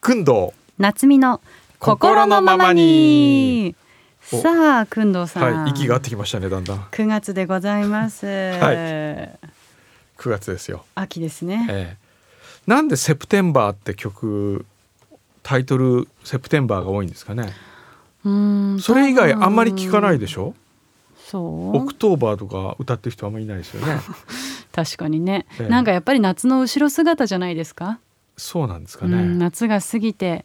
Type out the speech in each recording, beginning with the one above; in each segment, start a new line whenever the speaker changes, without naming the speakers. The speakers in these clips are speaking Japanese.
くんど
夏美の心のままに
お
さあくんどう
う
さん、
はい息が合ってきましたねだんだん
9月でございます、
9月ですよ、
秋ですね
ええなんでセプテンバーって曲タイトルセプテンバーが多いんですかね
うーん
それ以外あんまり聞かないでしょ
そ
オ
う
クトーバーとか歌ってる人あんまりいないです よね
確かにね、
ええ
なんかやっぱり夏の後ろ姿じゃないですか
そうなんですか
うん、
ね
夏が過ぎて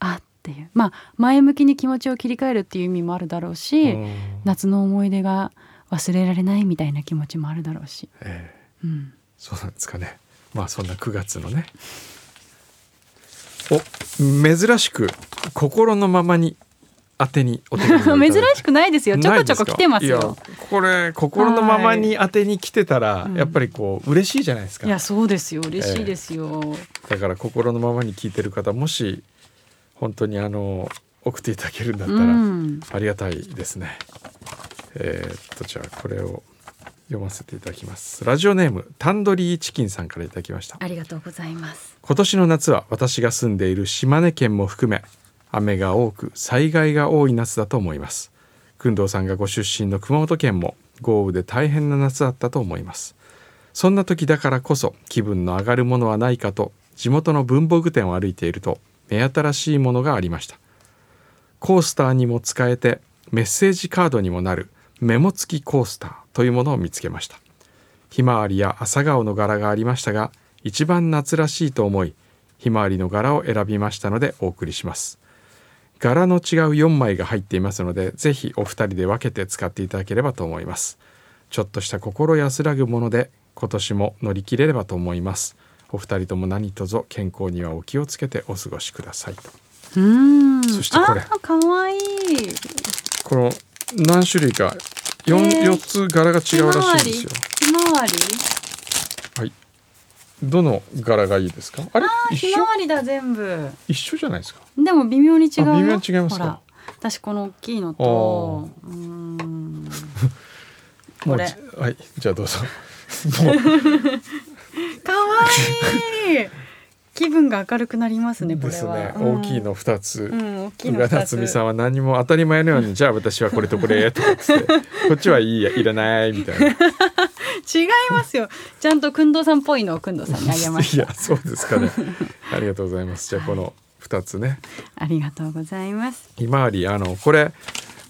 あっていうまあ前向きに気持ちを切り替えるっていう意味もあるだろうし、
うん
夏の思い出が忘れられないみたいな気持ちもあるだろうし、
ええ
うん、
そうなんですかねまあそんな9月のねお珍しく心のままに宛てにお手紙をいただい
珍
て
しくないですよちょこちょこ来てます
い
よ
やこれ心のままに当てに来てたら、
いうん
やっぱりこう嬉しいじゃないですか
いやそうですよ嬉しいですよ、
だから心のままに聞いてる方もし本当にあの送っていただけるんだったら、
うん
ありがたいですねえーっとじゃあこれを読ませていただきますラジオネームタンドリーチキンさんからいただきました
ありがとうございます
今年の夏は私が住んでいる島根県も含め雨が多く災害が多い夏だと思います工藤さんがご出身の熊本県も豪雨で大変な夏だったと思いますそんな時だからこそ気分の上がるものはないかと地元の文房具店を歩いていると目新しいものがありましたコースターにも使えてメッセージカードにもなるメモ付きコースターというものを見つけましたひまわりや朝顔の柄がありましたが一番夏らしいと思いひまわりの柄を選びましたのでお送りします柄の違う4枚が入っていますのでぜひお二人で分けて使っていただければと思いますちょっとした心安らぐもので今年も乗り切れればと思いますお二人とも何卒健康にはお気をつけてお過ごしくださいと
うん
そしてこれ
あ可愛い
この何種類か 4,、
へー
四つ柄が違うらしいんですよ
ひまわり
はいどの柄がいいですかあれ一
ひ
緒
まわりだ全部
一緒じゃないですか
でも微妙に違うよ
あ微妙に違いますか
ほら私この大きいのとうーん
も
これ
うじはいじゃあどう ぞ
可 愛い気分が明るくなりますねこ
で
れ
す
は、
ね
うん
大きいの二つ
うん大きいの
浦
2
夏美さ
つ
んは何も当たり前のようにじゃあ私はこれとこれとかっつってこっちはいいやいらないみたいない
違いますよちゃんとくんどうさんっぽいのをくんどうさんにあげま した
やそうですかねありがとうございますじゃあこの二つね
ありがとうございます
ひまわりあのこれ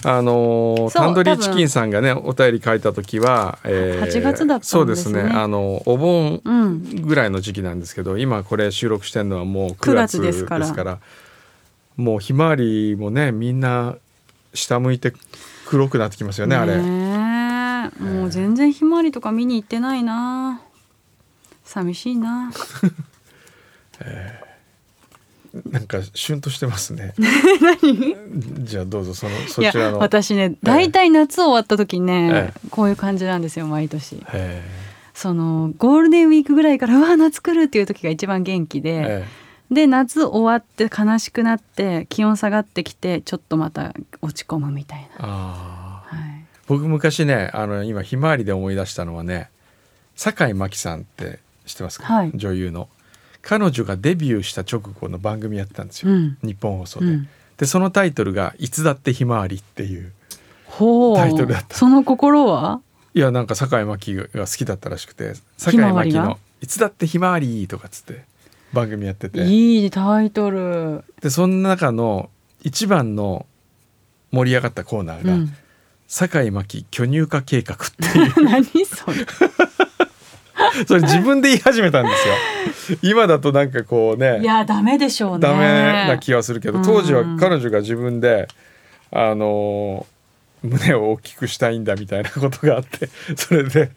あのー
そう
タンドリーチキンさんがねお便り書いた時は、え
8月だったんですね
そうですねあのお盆
うん
ぐらいの時期なんですけど今これ収録してるのはもう9月
9月
で
ですす
か
からら
もうひまわりもねみんな下向いて黒くなってきますよねあれ
ねえもう全然ひまわりとか見に行ってないな寂しいな
なんかシュンとしてます ねじゃあどうぞそのそ
いや
ちらの
私ね大体夏終わった時ね、
え
こういう感じなんですよ毎年
え
そのゴールデンウィークぐらいからう わ夏来るっていう時が一番元気で、
ええ
で夏終わって悲しくなって気温下がってきてちょっとまた落ち込むみたいな、
ああ
はい、
僕昔ねあの今ひまわりで思い出したのはね酒井真紀さんって知ってますか、
はい
女優の彼女がデビューした直後の番組やってたんですよ、
うん
日本放送
う
で、
ん、
でそのタイトルが「いつだってひまわり」っていう
ほう
タイトルだった
その心はい
やなんか酒井真紀が好きだったらしくて酒井真紀
ひまわり
の
が
「いつだってひまわり」とかっつって番組やってて
いいタイトル、
でその中の一番の盛り上がったコーナー
う
が「
ん、
酒井真紀巨乳化計画」っていう
何それ
それ自分で言い始めたんですよ。今だとなんかこうね
いやダメでしょうね
ダメな気はするけど
うん
当時は彼女が自分であのー胸を大きくしたいんだみたいなことがあって それで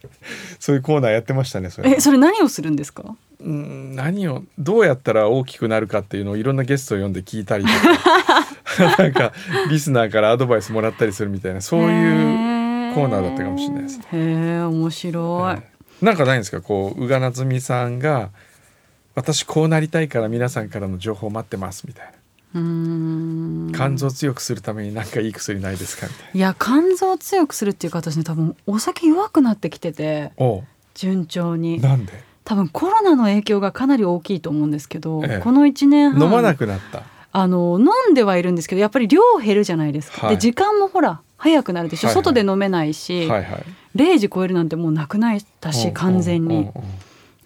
そういうコーナーやってましたねそれ
えそれ何をするんですか
うん何をどうやったら大きくなるかっていうのをいろんなゲストを呼んで聞いたりと かなんかリスナーからアドバイスもらったりするみたいなそういう
う
コーナーだったかもしれないです
へえ面白い、
なんかないんですかこう宇賀なつみさんが「私こうなりたいから皆さんからの情報待ってます」みたいな。
うーん
肝臓強くするためになんかいい薬ないですかみたい
いや肝臓を強くするっていうか私ね多分お酒弱くなってきてて
な。おう
順調に
なんで。
多分コロナの影響がかなり大きいと思うんですけど、
ええ
この1年半
飲まなくなった
あの飲んではいるんですけどやっぱり量減るじゃないですか、
はい
で時間もほら早くなるでしょ、
はいはい
外で飲めないし、
はいはい
0時超えるなんてもうなくなったし完全に、
うんうんうん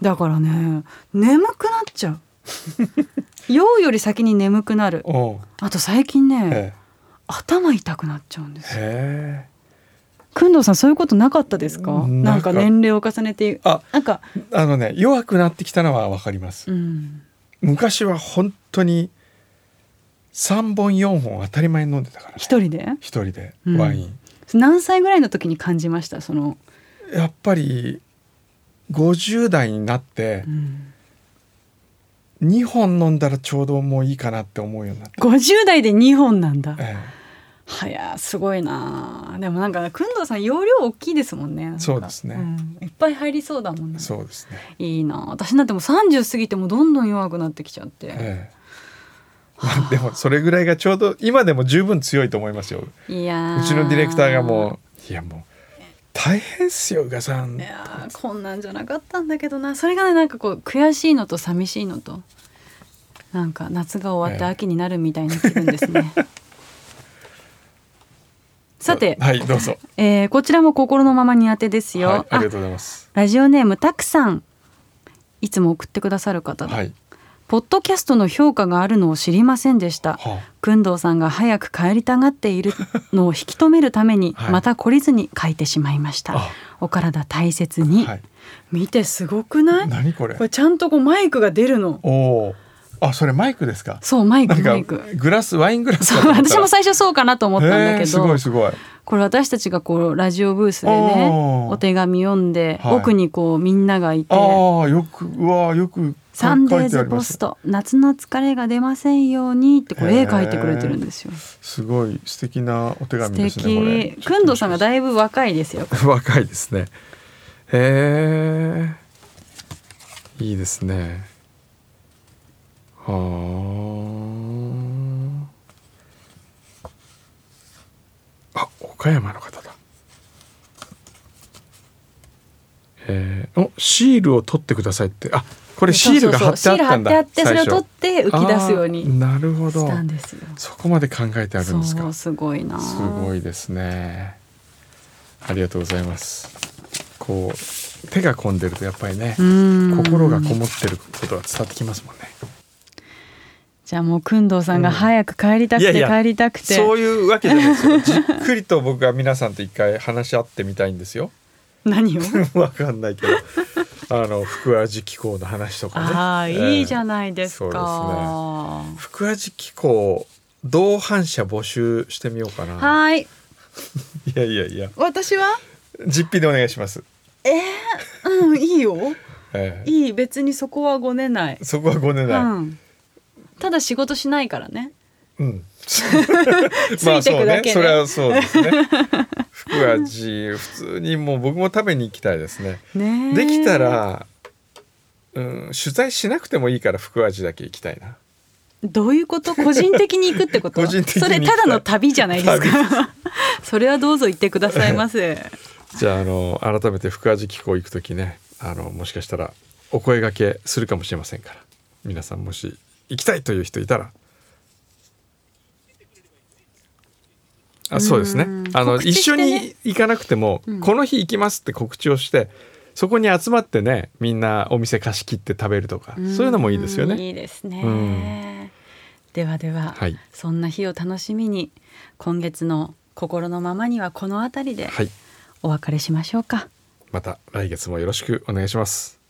だからね眠くなっちゃう 酔うより先に眠くなる
おう
あと最近ね、
へ
頭痛くなっちゃうんですよ
え
くんどうさんそういうことなかったですか
うん
なんか
なんか
年齢を重ねて
あ
なんか
あのね弱くなってきたのはわかります、
うん
昔は本当に3本4本当たり前に飲んでたから、ね、
一人で
一人で
うん
ワイン、
何歳ぐらいの時に感じましたその、
やっぱり50代になって
うん、
2本飲んだらちょうどもういいかなって思うようになって、
50代で2本なんだ
え
はやすごいなでもなんかくんどうさん容量大きいですもんねなんか
そうですね
んいっぱい入りそうだもん
え
ね
そうですね、
いいな私なんてもう30過ぎてもどんどん弱くなってきちゃって、
ええまあでもそれぐらいがちょうど今でも十分強いと思いますよう
いや
ちのディレクターが
う
もういやもう大変っすよ宇賀さん
いやーこんなんじゃなかったんだけどなそれがねなんかこう悔しいのと寂しいのとなんか夏が終わって
ええ
秋になるみたいな気分で すね。さて、
はいどうぞ
えーこちらも心のままに当てですよ。
はい、あ
あ
りがとうございます。
ラジオネームたくさんいつも送ってくださる方だ、
はい。
ポッドキャストの評価があるのを知りませんでした。
は
くんどうさんが早く帰りたがっているのを引き止めるために、
はい
また懲りずに書いてしまいまし
あ
た。お体大切に、
はい。
見てすごくない
何これ
こ。れちゃんとこうマイクが出るの
おお。あ、それマイクですか。
そうマイ
な
ク
ん
マ
か
イク
グラスワイングラス
そ
か
う
と思ったら。
私も最初そうかなと思ったんだ
へ
け
ーすご
ど
いすごい。
これ私たちがこうラジオブースでね
おー
お手紙読んで、
はい
奥にこうみんながいて
ああよくうわーよく
「サンデー
書いてあ
ズ
り
ポ
ます
スト夏の疲れが出ませんように」ってこ
へ
れ絵
ー
描いてくれてるんですよ。
すごい素敵なお手
素
紙ですね
敵。くんどうさんがだいぶ若いですよ。
ぶ 若いですね。へえ。いいですね。はあ。あ、岡山の方だ。えー、おシールを取ってくださいってあこれシールが貼ってあったんだ
そうそうそうシール貼ってあって
最初
それを取って浮き出すよう
あー
に
なるほ
し
ど
たんですよ。
そこまで考えてあるんです
そ
か
うすごいな。
すごいですね。ありがとうございます。こう手が込んでるとやっぱりね、
うん
心がこもってることが伝わってきますもんね。
じゃあもうくんどうさんが早く帰りたく
うんい
て
やいや
帰りたくて、
そういうわけじゃないですよ。じっくりと僕が皆さんと一回話し合ってみたいんですよ。
何を
わかんないけど、あの福味機構の話とかね。
ああ、
えー
いいじゃないですか。
そう福味機構同伴者募集してみようかな。
はい、
いやいやいや、
私は。
実費でお願いします。
うん、いいよ。
ええ
いい、別にそこはごねない。
そこはごねない。
うん。ただ仕事しないからね。
うん。
ついてくだけね
まあそうね、 それはそうですね。福味普通にもう僕も食べに行きたいですね。
ねえ
できた。ら、うん、取材しなくてもいいから福味だけ行きたいな。
どういうこと、個人的に行くってこと。
個人的に行き
そ
た
れ
い
ただの旅じゃないですか。それはどうぞ行ってくださいませ。
じゃああの改めて福味機構行くときね、あのもしかしたらお声掛けするかもしれませんから、皆さんもし行きたいという人いたら。あそうですね
うん
あの
告知
一
して
緒
ね
に行かなくても、
うん
この日行きますって告知をしてそこに集まってねみんなお店貸し切って食べるとか、 そういうのもいいですよ
んい
ね。
いです
う
ね。ではでは、
はい
そんな日を楽しみに、今月の心のままにはこのあたりで
はい、
お別れしましょうか。
また来月もよろしくお願いします。